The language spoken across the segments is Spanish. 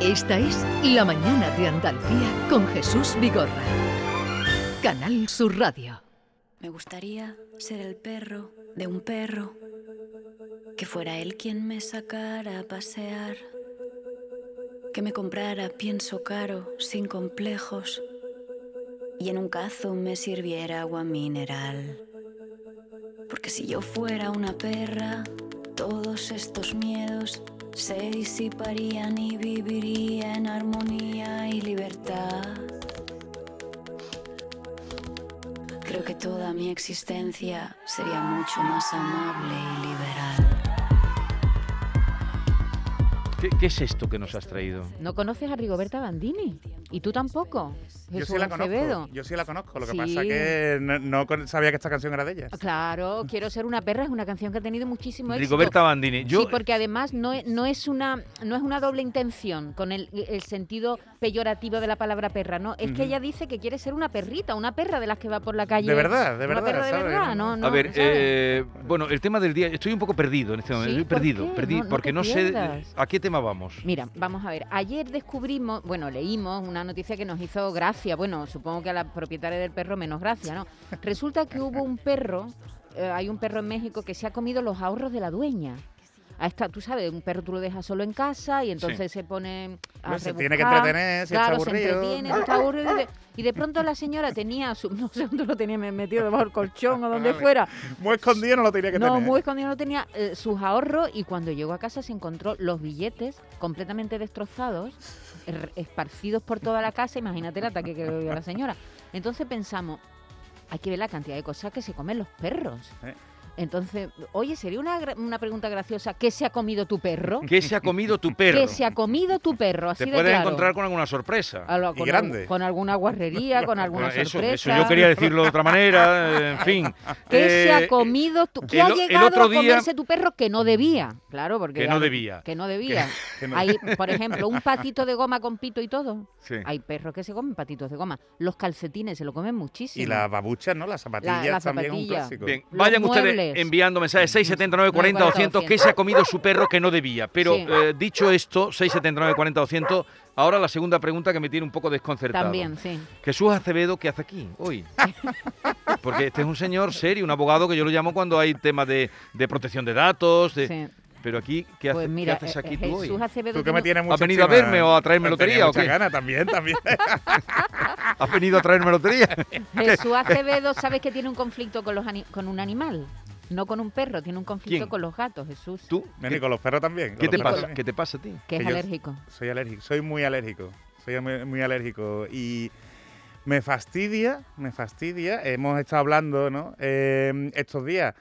Esta es La Mañana de Andalucía con Jesús Vigorra. Canal Sur Radio. Me gustaría ser el perro de un perro, que fuera él quien me sacara a pasear, que me comprara pienso caro, sin complejos, y en un cazo me sirviera agua mineral. Porque si yo fuera una perra, todos estos miedos se disiparían y viviría en armonía y libertad. Creo que toda mi existencia sería mucho más amable y liberal. ¿Qué, qué es esto que nos has traído? ¿No conoces a Rigoberta Bandini? ¿Y tú tampoco? Yo sí Jesús la conozco. Acevedo. Yo sí la conozco. Lo que Sí. pasa que no, no con- sabía que esta canción era de ella. Claro, Quiero ser una perra es una canción que ha tenido muchísimo éxito. Rigoberta Bandini. Yo, sí, porque además no es, no es una no es una doble intención con el, el sentido peyorativo de la palabra perra, ¿no? Es que Ujú. ella dice que quiere ser una perrita, una perra de las que va por la calle. De verdad, Una de verdad, perra de ¿sabes? verdad, ¿no? no a ver, ¿sabes? eh, bueno, el tema del día, estoy un poco perdido en este momento. Sí, estoy ¿por perdido, qué? perdido, No- no porque te no sé pierdas. a qué tema vamos. Mira, vamos a ver. Ayer descubrimos, bueno, leímos una noticia que nos hizo gracia. Bueno, supongo que a la propietaria del perro menos gracia, ¿no? Resulta que hubo un perro, eh, hay un perro en México que se ha comido los ahorros de la dueña. A esta, tú sabes, un perro tú lo dejas solo en casa y entonces se pone a Hombre, Pues se tiene que rebuscar. entretener, si está claro, se aburrido. entretiene, si está aburrido. Y de, y de pronto la señora tenía, su, no sé dónde lo tenía metido, debajo del colchón o donde Vale. fuera, Muy escondido no lo tenía que no, tener. muy escondido no tenía eh, sus ahorros y cuando llegó a casa se encontró los billetes completamente destrozados, er- esparcidos por toda la casa. Imagínate el ataque que le dio a la señora. Entonces pensamos, hay que ver la cantidad de cosas que se comen los perros. Eh. Entonces, oye, sería una, gra- una pregunta graciosa. ¿Qué se ha comido tu perro? ¿Qué se ha comido tu perro? ¿Qué se ha comido tu perro? Así Te de puedes claro. encontrar con alguna sorpresa. A lo- Y con, algu- grande. con alguna guarrería, con alguna Bueno, eso, sorpresa. eso yo quería decirlo de otra manera, eh, en fin. ¿Qué se Eh, ha comido tu, ¿Qué el ha o- el llegado otro día- a comerse tu perro que no debía? Claro, porque... Que ya no lo- debía. Que no debía. que no- Hay, por ejemplo, un patito de goma con pito y todo. sí. Hay perros que se comen patitos de goma. Los calcetines se lo comen muchísimo. Y las babuchas, ¿no? Las zapatillas La- la también un zapatilla. clásico. Bien, Los vayan ustedes muebles. enviando mensajes 679 40 200 que se ha comido su perro que no debía. Pero Sí. eh, dicho esto, 679 40 200, ahora la segunda pregunta que me tiene un poco desconcertado. También, sí. Jesús Acevedo, ¿qué hace aquí hoy? Porque este es un señor serio, un abogado que yo lo llamo cuando hay temas de, de protección de datos, de- sí. pero aquí, ¿qué, hace- Pues qué mira, haces eh, aquí eh, tú hoy? Jesús Acevedo Tú que me tiene- tienes mucha venido a estima. verme o a traerme Me lotería tenía o mucha qué? gana, también, también. ¿Has venido a traerme lotería? Jesús Acevedo, ¿sabes que tiene un conflicto con, los ani- con un animal? No con un perro, tiene un conflicto ¿Quién? con los gatos, Jesús. ¿Tú? Bueno, y ¿Qué, con los perros también. con qué los te perros pasa, también. ¿Qué te pasa a ti? Que es que yo- alérgico. Soy alérgico, soy muy alérgico, soy muy, muy alérgico y me fastidia, me fastidia. Hemos estado hablando, ¿no? Eh, estos días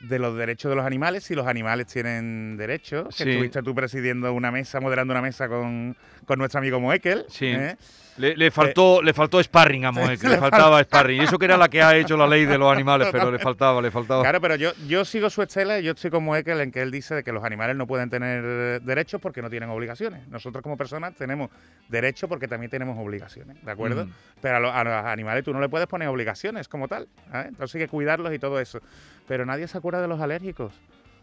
de los derechos de los animales, si los animales tienen derechos. Sí. Que estuviste tú presidiendo una mesa, moderando una mesa con, con nuestro amigo Moekel. Sí. ¿eh? Le, le faltó, le faltó sparring a Moekel, le faltaba sparring. Y eso que era la que ha hecho la ley de los animales, pero le faltaba, le faltaba. Claro, pero yo, yo sigo su estela y yo estoy con Moekel en que él dice de que los animales no pueden tener eh, derechos porque no tienen obligaciones. Nosotros como personas tenemos derechos porque también tenemos obligaciones, ¿de acuerdo? Mm. Pero a lo- a los, animales tú no le puedes poner obligaciones como tal. ¿eh? Entonces hay que cuidarlos y todo eso. Pero nadie se acuerda de los alérgicos.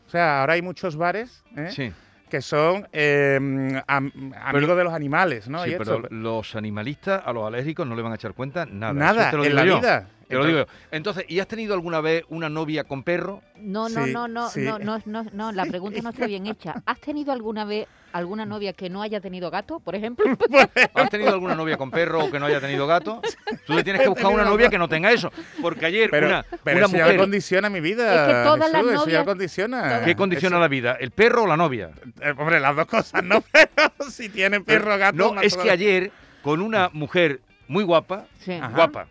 O sea, ahora hay muchos bares ¿eh? Sí, que son eh, am- amigos de los animales, ¿no? sí, Y pero esto- los animalistas a los alérgicos no le van a echar cuenta nada. Eso nada, te lo en digo la yo. vida. Te lo digo yo. Entonces, ¿y has tenido alguna vez una novia con perro? No, no, Sí, no, no, sí. no, no, no, no, la pregunta no está bien hecha. ¿Has tenido alguna vez alguna novia que no haya tenido gato, por ejemplo? ¿Has tenido alguna novia con perro o que no haya tenido gato? Tú le tienes que buscar una tenido novia que no tenga eso. Porque ayer Pero, una, pero una eso ya mujer... condiciona mi vida. Es que todas Jesús, las Eso ya novias- condiciona. ¿Qué condiciona Eso- la vida? ¿El perro o la novia? Eh, hombre, las dos cosas, ¿no? Pero si tienen perro gato. No, una es sola que vez. ayer, con una mujer muy guapa, Sí. Ajá. guapa,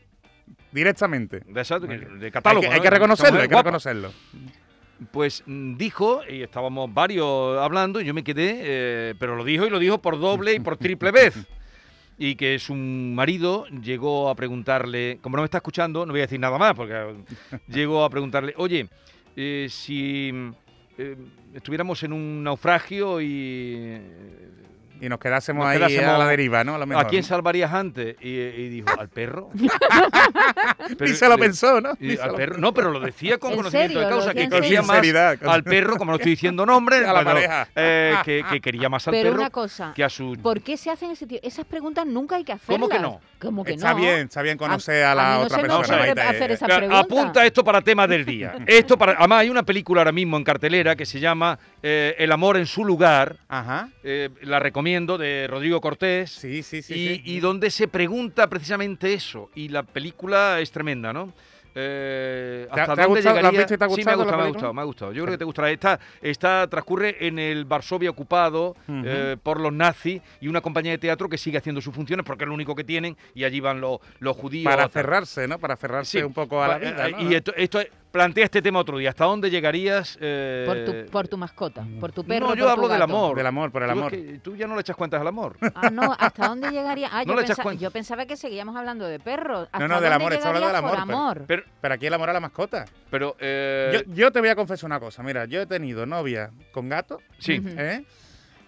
Directamente. de, esa- de- de Hay catálogo... que, ¿no? hay que Esta reconocerlo, mujer hay que guapa. reconocerlo. Pues mm, dijo, y estábamos varios hablando, y yo me quedé, eh, pero lo dijo y lo dijo por doble y por triple vez. Y que su marido llegó a preguntarle, como no me está escuchando, no voy a decir nada más, porque eh, llegó a preguntarle, oye, eh, si mm, eh, estuviéramos en un naufragio y eh, y nos quedásemos Nos ahí quedásemos- a la deriva, ¿no? A, lo mejor, ¿A quién ¿no? salvarías antes? Y, y dijo, al perro. Ni se lo le- pensó, ¿no? Ni y se al lo- perro. No, pero lo decía con ¿En conocimiento de serio? ¿Lo causa, que decía en quería serio? más Sinceridad. al perro, como no estoy diciendo nombres, A la pero, pareja. eh, que, que quería más al Pero perro una Pues, cosa, que a su... ¿por qué se hacen ese tipo? Esas preguntas nunca hay que hacerlas. ¿Cómo que no? ¿Cómo que Está no? bien, está bien conocer a, A- la a mí no otra se me persona. ocurre Maite. hacer esa- Eh, pregunta. Apunta esto para tema del día. Esto para, además, hay una película ahora mismo en cartelera que se llama eh, El amor en su lugar. Ajá. eh, la recomiendo, de Rodrigo Cortés. Sí, sí, sí. y, sí. y donde se pregunta precisamente eso. Y la película es tremenda, ¿no? Eh, ¿Te ha- ¿Hasta te ha dónde gustado? ¿La has llegaría? visto y te ha sí, me ha gustado la gustado, me ha película? gustado, me ha gustado. Yo creo que te gustará. Esta, esta transcurre en el Varsovia ocupado Ujú. eh, por los nazis y una compañía de teatro que sigue haciendo sus funciones porque es lo único que tienen y allí van los, los judíos. Para a tal. aferrarse, ¿no? Para aferrarse Sí, un poco a la pa- eh, vida, eh, ¿no? Y esto, esto es- plantea este tema otro día. ¿Hasta dónde llegarías? eh, Por tu, por tu mascota, por tu perro. no, yo por tu hablo del gato? amor. Del amor, por el Tú es amor. que tú ya no le echas cuentas al amor. Ah, no, ¿hasta dónde llegaría? Ah, No yo, le echas pensa- cuenta. yo pensaba que seguíamos hablando de perros. ¿Hasta no, del dónde amor, está hablando llegarías del por amor, pues. amor. Pero, Pero aquí el amor a la mascota. pero eh, Yo, yo te voy a confesar una cosa. Mira, yo he tenido novia con gato, sí. Ujú. ¿eh?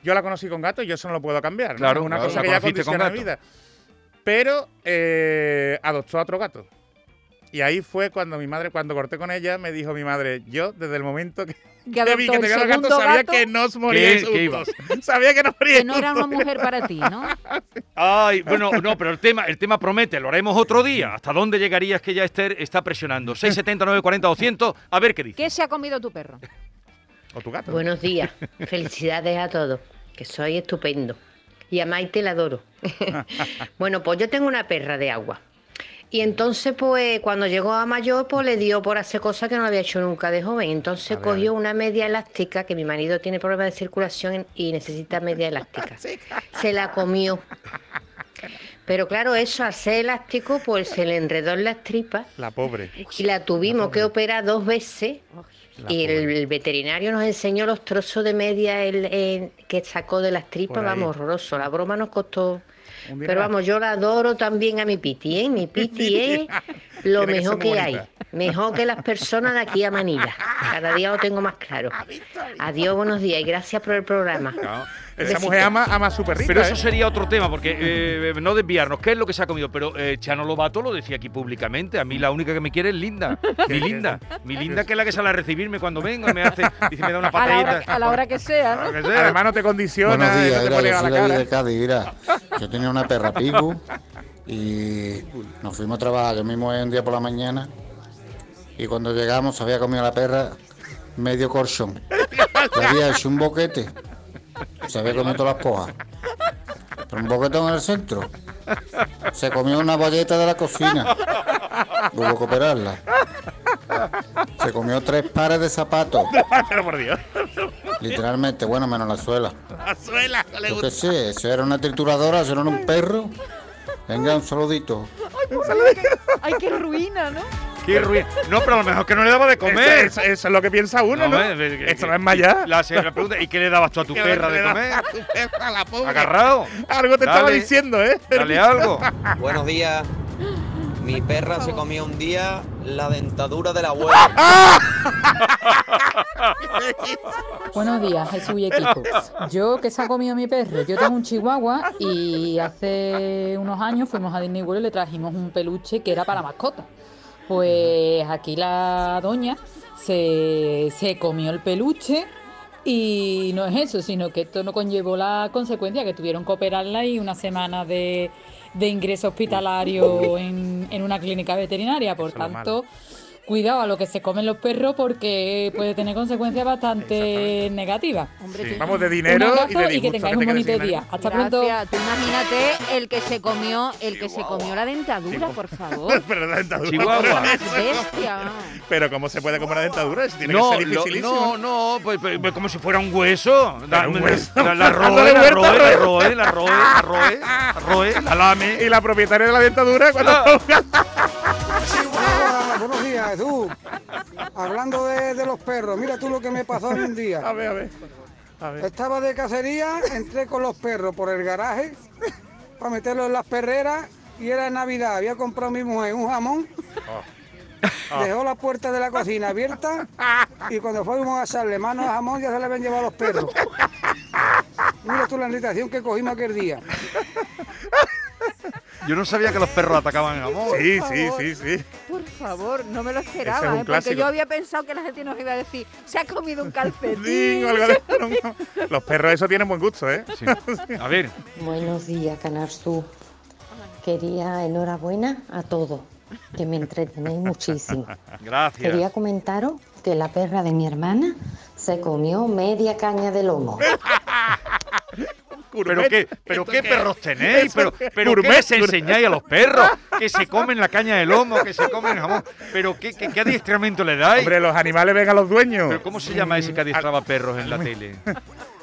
Yo la conocí con gato y yo eso no lo puedo cambiar. ¿no? Mm. Claro, Es una claro, cosa la que ya conociste con condiciona mi vida. gato. Pero eh, adoptó a otro gato. Y ahí fue cuando mi madre, cuando corté con ella, me dijo mi madre, yo desde el momento que, Que que vi adoptó que el tenía los segundo gatos sabía gato, que nos moríais Que- que iba. juntos. sabía que nos moríais que no era una mujer para ti, ¿no? Ay, bueno, no, pero el tema, el tema promete, lo haremos otro día. ¿Hasta dónde llegarías que ya Esther está presionando? 670, 940, 200, a ver qué dice. ¿Qué se ha comido tu perro? juntos. O tu gato. Buenos días, felicidades a todos, que soy estupendo. Y a Maite la adoro. bueno, pues yo tengo una perra de agua. Y entonces, pues, cuando llegó a mayor, pues le dio por hacer cosas que no había hecho nunca de joven. Entonces A ver, a cogió ver. una media elástica, que mi marido tiene problemas de circulación y necesita media elástica. Se la comió. Pero claro, eso, al ser elástico, pues se le enredó en las tripas La pobre. y la tuvimos que operar dos veces La y el, pobre. el veterinario nos enseñó los trozos de media el, el que sacó de las tripas, Por ahí. vamos, horroroso. La broma nos costó. Un dineral. Pero vamos, yo la adoro también a mi Piti, ¿eh? Mi Piti es lo Tiene que ser mejor que, bonita. hay. Mejor que las personas de aquí a Manila. Cada día lo tengo más claro. Adiós, buenos días y gracias por el programa. No, Ah, Esa Besito. mujer ama, ama a su perrita. Pero eso ¿eh? sería otro tema, porque eh, no desviarnos, ¿qué es lo que se ha comido? Pero eh, Chano Lobato lo decía aquí públicamente, a mí la única que me quiere es Linda, mi Linda, mi Linda que es la que sale a recibirme cuando vengo y me hace, dice, me da una A la hora, patadita. a la hora que sea, Lo ¿no? que sea. Además no te condiciona, Buenos no días, te era, pone yo a soy la David cara. de Cádiz, mira, yo tenía una perra pibu y nos fuimos a trabajar, yo mismo un día por la mañana y cuando llegamos había comido la perra medio corchón, le había hecho un boquete, se había comido todas las cojas, pero un boquetón en el centro, se comió una bolleta de la cocina, hubo que operarla, se comió tres pares de zapatos, Pero por Dios, literalmente, bueno, menos la suela. la suela, no le Yo gusta. qué sé, eso era una trituradora, eso no era un perro. Venga, un saludito. Ay, qué ruina, ¿no? Qué ruido. No, pero a lo mejor que no le daba de comer. Eso, eso- eso es lo que piensa uno, ¿no? hombre, ve- que- Esto no es más allá. La señora pregunta, ¿y qué le dabas tú a tu Que perra le de da comer? a tu perra, la pobre. ¿Agarrado? Algo te estaba Dale. diciendo, ¿eh? Dale algo. Buenos días. Mi perra se comió un día la dentadura de la abuela. Buenos días, Jesús y equipo. Yo, que se ha comido mi perro? Yo tengo un chihuahua y hace unos años fuimos a Disney World y le trajimos un peluche que era para mascota. Pues aquí la doña se, se comió el peluche y no es eso, sino que esto no conllevó la consecuencia que tuvieron que operarla y una semana de, de ingreso hospitalario en, en una clínica veterinaria. Por Eso es lo malo. tanto, Cuidado a lo que se comen los perros porque puede tener consecuencias bastante negativas. Hombre, Sí. tú- Vamos de Un dinero y de abrazo y, disgusto que tengáis te un quedes bonito sin día. nada. Hasta pronto. Gracias. Tú imagínate el que se comió, el que se comió la dentadura, por favor. Pero la dentadura. Chihuahua. Más bestia, vamos. Pero ¿cómo se puede comer la dentadura? Eso tiene No, que ser lo- dificilísimo. no, no, pues, pues, pues, como si fuera un hueso. Da- un hueso. La, la roe, Dándole la vuelta, roe, la roe. roe, la roe, la roe, la roe, la lame. Y la propietaria de la dentadura cuando Hola, buenos días, Edu. Hablando de, de los perros, mira tú lo que me pasó hoy un A día. ver, a ver. A ver. Estaba de cacería, entré con los perros por el garaje para meterlos en las perreras y era Navidad. Había comprado mi mujer un jamón. Ah. Dejó la puerta de la cocina abierta y cuando fuimos a echarle mano al jamón ya se le habían llevado los perros. Mira tú la irritación que cogimos aquel día. Yo no sabía que los perros atacaban jamón. Sí, sí, sí, sí. Por favor, no me lo Ese es esperaba, un ¿eh? porque clásico. yo había pensado que la gente nos iba a decir, se ha comido un calcetín. Ding, algo de- Los perros eso tienen buen gusto, ¿eh? Sí. A ver, Buenos días, Canarsu. Quería enhorabuena a todos, que me entretenéis muchísimo. Quería gracias. comentaros que la perra de mi hermana se comió media caña de lomo. ¿Pero qué, pero qué perros tenéis? ¿Pero, pero qué Gourmet, les gourmet. enseñáis a los perros? Que se comen la caña de lomo, que se comen jamón. ¿Pero qué, qué, qué adiestramiento le dais? Hombre, Ah, los animales ven a los dueños. ¿Pero cómo se llama ese que adiestraba perros en la tele?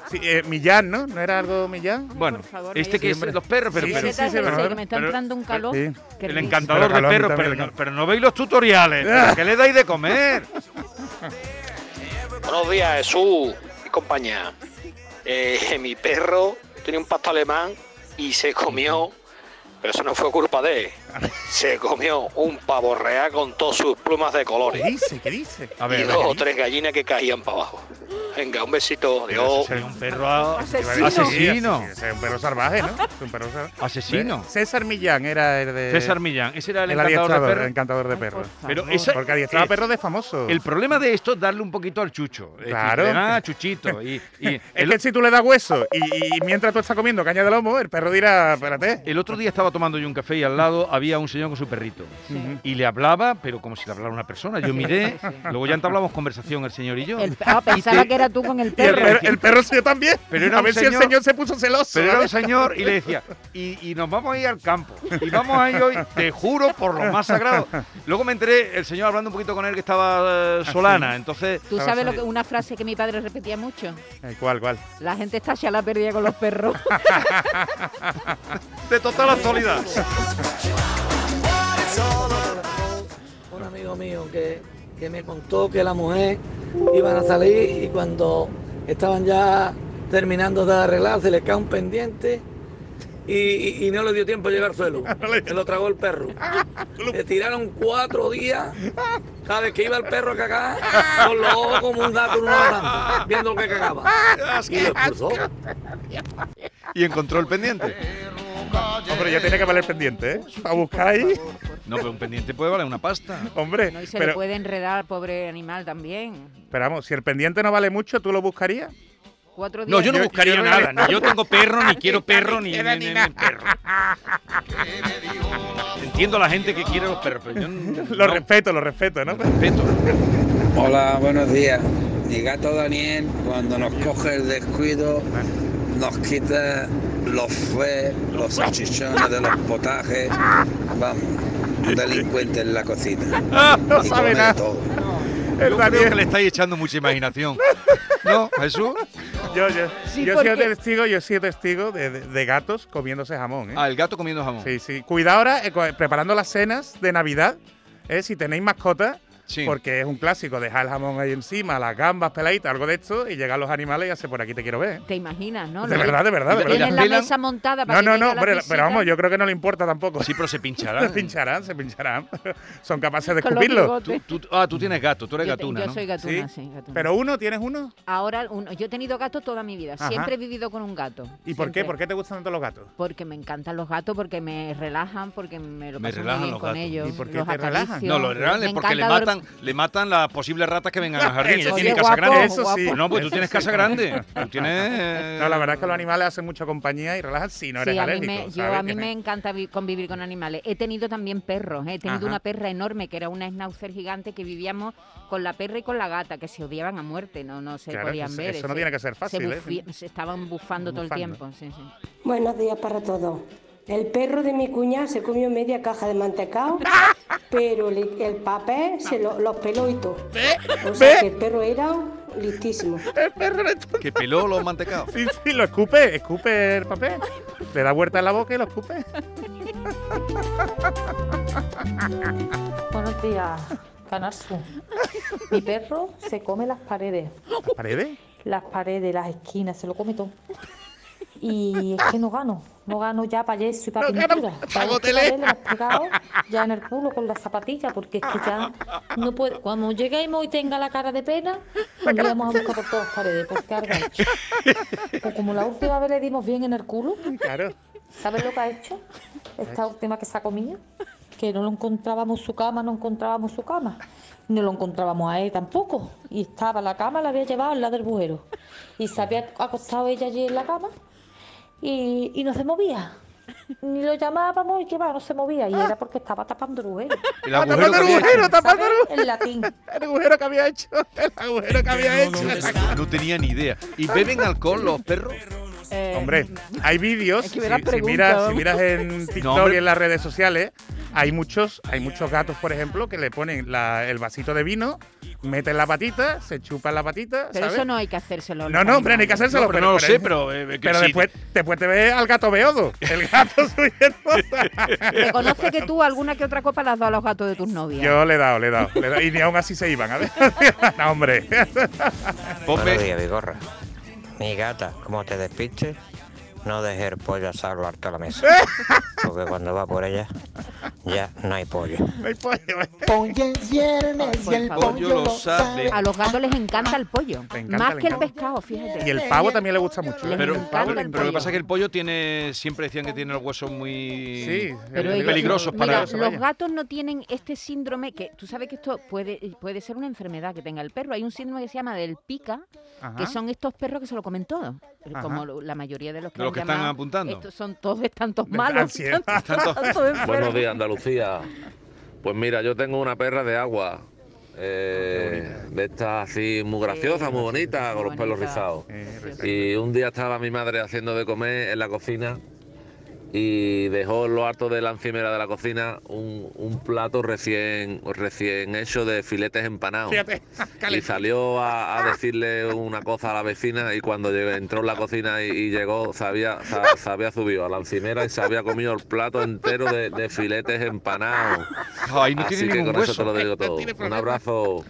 Sí, eh, Millán, ¿no? ¿No era algo Millán? Bueno, favor, este que es hombre. los perros, pero... Sí, pero- sí, sí, sí, Señoritas, en pero- serio, me está pero- entrando un calor. sí. que El risa. encantador Pero de perros, calor pero, también. Ah. no- pero no veis los tutoriales. ¿Pero ¿Qué le dais de comer? Buenos días, Jesús y compañía. Eh, mi perro tenía un pasto alemán y se comió, pero eso no fue culpa de él, se comió un pavo real con todas sus plumas de ¿Qué colores dice? ¿Qué dice? A y ver, dos o tres gallinas que caían para abajo. Venga, un besito, Pero adiós. ese es un perro a- Asesino. asesino. Ah, Sí, ese Es un perro salvaje, ¿no? Es un perro salvaje. Asesino. César Millán era el de. César Millán, ese era el, el encantador de adiestrador, perros. el encantador de Ay, por perros. favor. Pero esa- Porque adiestraba eh, perros de famosos. El problema de esto es darle un poquito al chucho. Es decir, Claro. le dan a chuchito. Y, y Es el, que si tú le das hueso y, y mientras tú estás comiendo caña de lomo, el perro dirá, espérate. el otro día estaba tomando yo un café y al lado había un señor con su perrito. Y le hablaba, pero como si le hablara una persona. Yo miré, luego ya entablamos conversación el señor y yo. El- ah, pensaba que era tú con el Y el perro. perro, el perro se dio también. Pero era a un ver si el señor- señor se puso celoso. Pero era ¿vale? un señor y le decía, y, y nos vamos a ir al campo. Y vamos a ir hoy, te juro, por lo más sagrado. Luego me enteré, el señor hablando un poquito con él que estaba eh, Solana. Entonces, Tú sabes lo que, una frase que mi padre repetía mucho. Eh, ¿Cuál, cuál? La gente está ya la pérdida con los perros. de total actualidad. un amigo mío que, que me contó que la mujer iban a salir y cuando estaban ya terminando de arreglar se le cae un pendiente y, y- y no le dio tiempo a llegar al suelo. Se lo tragó el perro. Le tiraron cuatro días cada vez que iba el perro a cagar con los ojos como un gato en una balanza, viendo lo que cagaba. Y lo expulsó. Y encontró el pendiente. Hombre, ya tiene que valer pendiente, ¿eh? A buscar ahí. No, pero un pendiente puede valer una pasta. Hombre, No, y se le pero, puede enredar al pobre animal también. pero vamos, si el pendiente no vale mucho, ¿tú lo buscarías? Cuatro días. No, yo no Yo- buscaría yo no- nada. Ni yo tengo perro, ni quiero perro, ni, ni- ni- ni perro. Entiendo a la gente que quiere los perros, pero yo no- Lo no, respeto, lo respeto, ¿no? respeto. Hola, buenos días. Mi gato Daniel, cuando nos coge el descuido, nos quita los fe, los salchichones de los potajes. Vamos, un delincuente en la cocina. No Y sabe come de nada. todo. El Yo creo que Daniel. le estáis echando mucha imaginación. ¿No, Jesús? Yo, yo, Sí, yo he sido porque- testigo, yo he sido testigo de, de- de gatos comiéndose jamón, ¿eh? Ah, el gato comiendo jamón. Sí, sí. Cuidado ahora, eh, cu- preparando las cenas de Navidad, ¿eh? si tenéis mascotas, Sí. porque es un clásico, dejar el jamón ahí encima, las gambas peladitas, algo de esto, y llegan los animales y hace por aquí te quiero ver. ¿eh? Te imaginas, ¿no? de Lo que verdad, de verdad, y de verdad. Tienen la pelan. mesa montada para No, que no, venga no, la hombre, visita. pero vamos, yo creo que no le importa tampoco. Sí, pero se pincharán. Se pincharán, se pincharán. Son capaces de Con los escupirlo. bigotes. Tú- tú- ah, tú tienes gato, tú eres Yo te- gatuna, yo ¿no? soy gatuna, Sí, sí, gatuna. Pero uno, ¿tienes uno? Ahora, uno- yo he tenido gatos toda mi vida. Ajá. Siempre he vivido con un gato. ¿Y por qué? siempre. ¿Por qué te gustan tanto los gatos? Porque me encantan los gatos, porque me relajan, porque me lo Me paso muy relajan bien los con gatos. ellos. ¿Y por qué los te relajan? acaricio. No, lo real es Me porque le encanta dormir- matan, le matan las posibles ratas que vengan al jardín. Ella Eso tiene sí, casa guapo, grande. Eso sí. guapo. No, pues tú tienes casa grande. Tú tienes. eh, No, la verdad es que los animales hacen mucha compañía y relajan si no eres Sí, a mí, alérgico. me, yo, ¿sabes? a mí me Tienes- encanta vi- convivir con animales. He tenido también perros. ¿eh? He tenido Ajá. una perra enorme que era una schnauzer gigante que vivíamos con la perra y con la gata, que se odiaban a muerte, no, no se Claro, podían eso- ver. eso no se- tiene que ser fácil, Se, ¿eh? bufi- se estaban bufando, todo el Bufando. tiempo. sí, sí. Buenos días para todos. El perro de mi cuñada se comió media caja de mantecao, pero le- el papel se lo, los peló y todo. O sea que el perro era listísimo. El perro le to- Que peló los mantecados. Sí, sí, lo escupe, escupe el papel. Le da vuelta en la boca y lo escupe. Buenos días, Canarsu. Mi perro se come las paredes, ¿Las paredes? las paredes, las esquinas, se lo come todo. Y es que no gano, no gano ya para yeso y para No gano pintura. pa' Cada vez que gotelé. la veo le las pegado ya en el culo con las zapatillas, porque es que ya no puedo. Cuando lleguemos y tenga la cara de pena, nos vamos a buscar por todas paredes, porque algo ha hecho. Pues como la última vez le dimos bien en el culo, Claro. ¿sabes lo que ha hecho? Esta última que se ha comido, que no lo encontrábamos su cama, no encontrábamos su cama. No lo encontrábamos a él tampoco. Y estaba la cama, la había llevado al lado del bujero. Y se había acostado ella allí en la cama y, y no se movía. Ni lo llamábamos y qué va, no se movía. Y era porque estaba tapando el agujero. El agujero tapando el que había agujero, hecho. tapando el agujero. En latín. El agujero que había hecho. El agujero que había hecho. No tenía ni idea. ¿Y beben alcohol los perros? Eh, Eh, Hombre, hay vídeos. Es Si, que me la si pregunta, miras, si vamos. miras en TikTok hombre. y en las redes sociales, hay muchos, hay muchos gatos, por ejemplo, que le ponen la- el vasito de vino, meten la patita, se chupan la patita. Pero ¿sabes? eso no hay que hacérselo. a los No, no, hombre, no hay que animales. hacérselo. No, pero no lo sé, pero, eh, que pero sí. después, después te ves al gato beodo. El gato subiendo. Reconoce que tú alguna que otra copa las has dado a los gatos de tus novias. Yo le he dado, le he dado. le he dado. Y ni aún así se iban, a ver. No, hombre. Buenos días, Vigorra. Mi gata, como te despistes, no dejes el pollo asado harto a la mesa. Porque cuando va por ella, ya no hay pollo. Por el favor. pollo lo sabe. A los gatos les encanta el pollo. encanta, Más le que el encanta. pescado, fíjate. Y el pavo también le gusta mucho. ¿eh? Pero, El pavo le pero, encanta. lo que pasa es que el pollo tiene, siempre decían que tiene los huesos muy Sí, Pero ellos- peligrosos mira, para los gatos no tienen este síndrome que tú sabes que esto puede puede ser una enfermedad que tenga el perro. Hay un síndrome que se llama del pica, Ajá. que son estos perros que se lo comen todo. Ajá. Como lo- la mayoría de los que, De los han que están llamado, apuntando. Ah, Estos son todos tantos malos. tantos- tantos enfermos. Buenos días, Andalucía. Pues mira, yo tengo una perra de agua. eh, de estas así muy graciosa, muy bonita, con los pelos rizados. Eh, pues Y un día estaba mi madre haciendo de comer en la cocina y dejó en lo harto de la encimera de la cocina un, un plato recién, recién hecho de filetes empanados. Fíjate. Y salió a, a decirle una cosa a la vecina y cuando llegó- entró en la cocina y, y llegó, se había, sa- se había subido a la encimera y se había comido el plato entero de, de filetes empanados. Ay, no Así tiene que ningún con hueso. eso te lo digo todo. Un abrazo.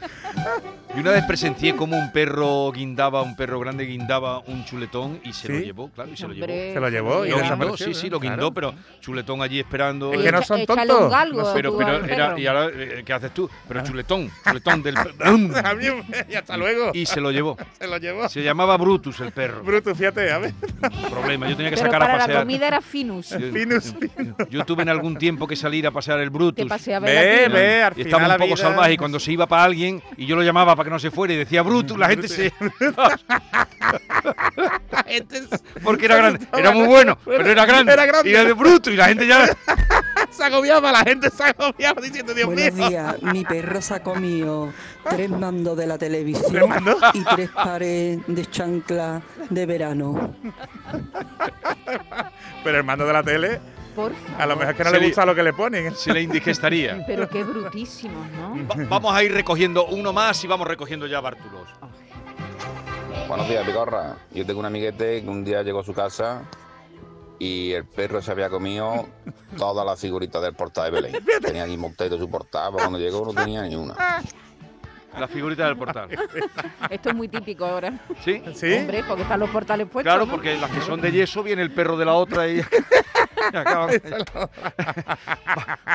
Y una vez presencié como un perro guindaba, un perro grande guindaba un chuletón y se lo llevó, claro, y se lo llevó. Hombre. Se lo llevó y lo guindó, desapareció, sí, ¿no? sí, lo guindó, pero chuletón allí esperando. Es que no son Echa- échale tontos. eh, un galgo pero, tú pero al era, perro. y ahora, eh, ¿qué haces tú? Pero chuletón, chuletón del... y hasta luego. Mm. Y se lo llevó. Se lo llevó. Se llamaba Brutus el perro. Brutus, fíjate, a ver. Problema, yo tenía que Pero sacar a para pasear. la comida era finus. Yo- Yo tuve en algún tiempo que salir a pasear el Brutus. Te paseaba el Ve, latino. ve, al Y final Estaba la un poco vida- salvaje y cuando se iba para alguien y yo lo llamaba para que no se fuera y decía Brutus, la gente se... Porque era grande, era muy bueno, pero era grande. Era grande. Y era de Brutus y la gente ya... se agobiaba, la gente se agobiaba diciendo, Dios Buenos mío. días, mi perro se ha comido tres mandos de la televisión y tres pares de chancla de verano. Pero el mando de la tele, Por a lo mejor es que no Se le le- gusta lo que le ponen. Se le indigestaría. Pero qué brutísimos, ¿no? Va- vamos a ir recogiendo uno más y vamos recogiendo ya Bártulos. Buenos días, Picorra. Yo tengo un amiguete que un día llegó a su casa y el perro se había comido todas las figuritas del portal de Belén. Tenía aquí montado su portal, pero cuando llegó no tenía ni una. La figurita del portal. Esto es muy típico ahora. ¿Sí? Hombre, porque están los portales puestos. Claro, ¿no? porque las que son de yeso viene el perro de la otra y... y acaban-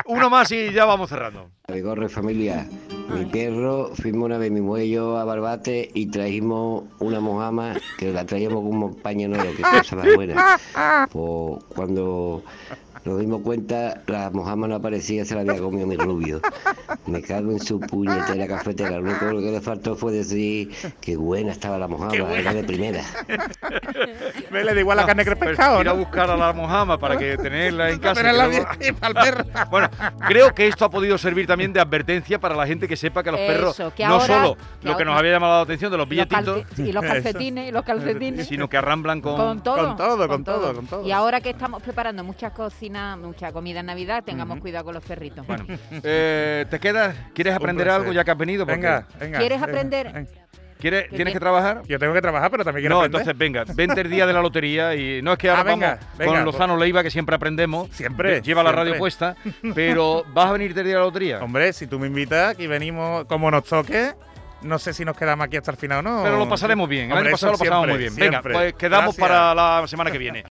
uno más y ya vamos cerrando. Vigorre familia, mi perro firmó una vez mi muello a Barbate y trajimos una mojama que la traíamos con un pañuelo, que cosa más buena. Pues cuando nos dimos cuenta, la mojama no aparecía, se la había comido mi rubio. Me cago en su puñetera cafetera. Lo único que le faltó fue decir que buena estaba la mojama, era de primera. Ve, le da igual Pues la carne que el pescado. Ir a ¿no? buscar a la mojama para que tenerla en casa. Tenerla que luego- bien para el perro. Bueno, creo que esto ha podido servir también de advertencia para la gente que sepa que los Eso, perros, que no ahora- solo que lo que ahora- nos había llamado la atención de los Los billetitos, calce- y los calcetines, y los calcetines. sino que arramblan con, Pues Con todo, Con todo, con todo, con todo. Y ahora que estamos preparando muchas cocinas, mucha comida en Navidad, tengamos cuidado con los perritos. Bueno, eh, ¿Te quedas? ¿Quieres aprender placer. algo ya que has venido? Porque- Venga, venga. ¿Quieres aprender? ¿Quieres- que- ¿Tienes que trabajar? Yo tengo que trabajar, pero también quiero no, aprender. entonces venga, vente el día de la lotería y no es que ahora Ah, venga, vamos venga, con Lozano Leiva que siempre aprendemos, Siempre, lleva la siempre. radio puesta, pero vas a venir del día de la lotería. Hombre, si tú me invitas, aquí venimos como nos toque. No sé si nos quedamos aquí hasta el final o no. Pero lo pasaremos bien. El Hombre, año pasado lo eso pasamos siempre, muy bien. Venga, siempre. pues quedamos Gracias. para la semana que viene.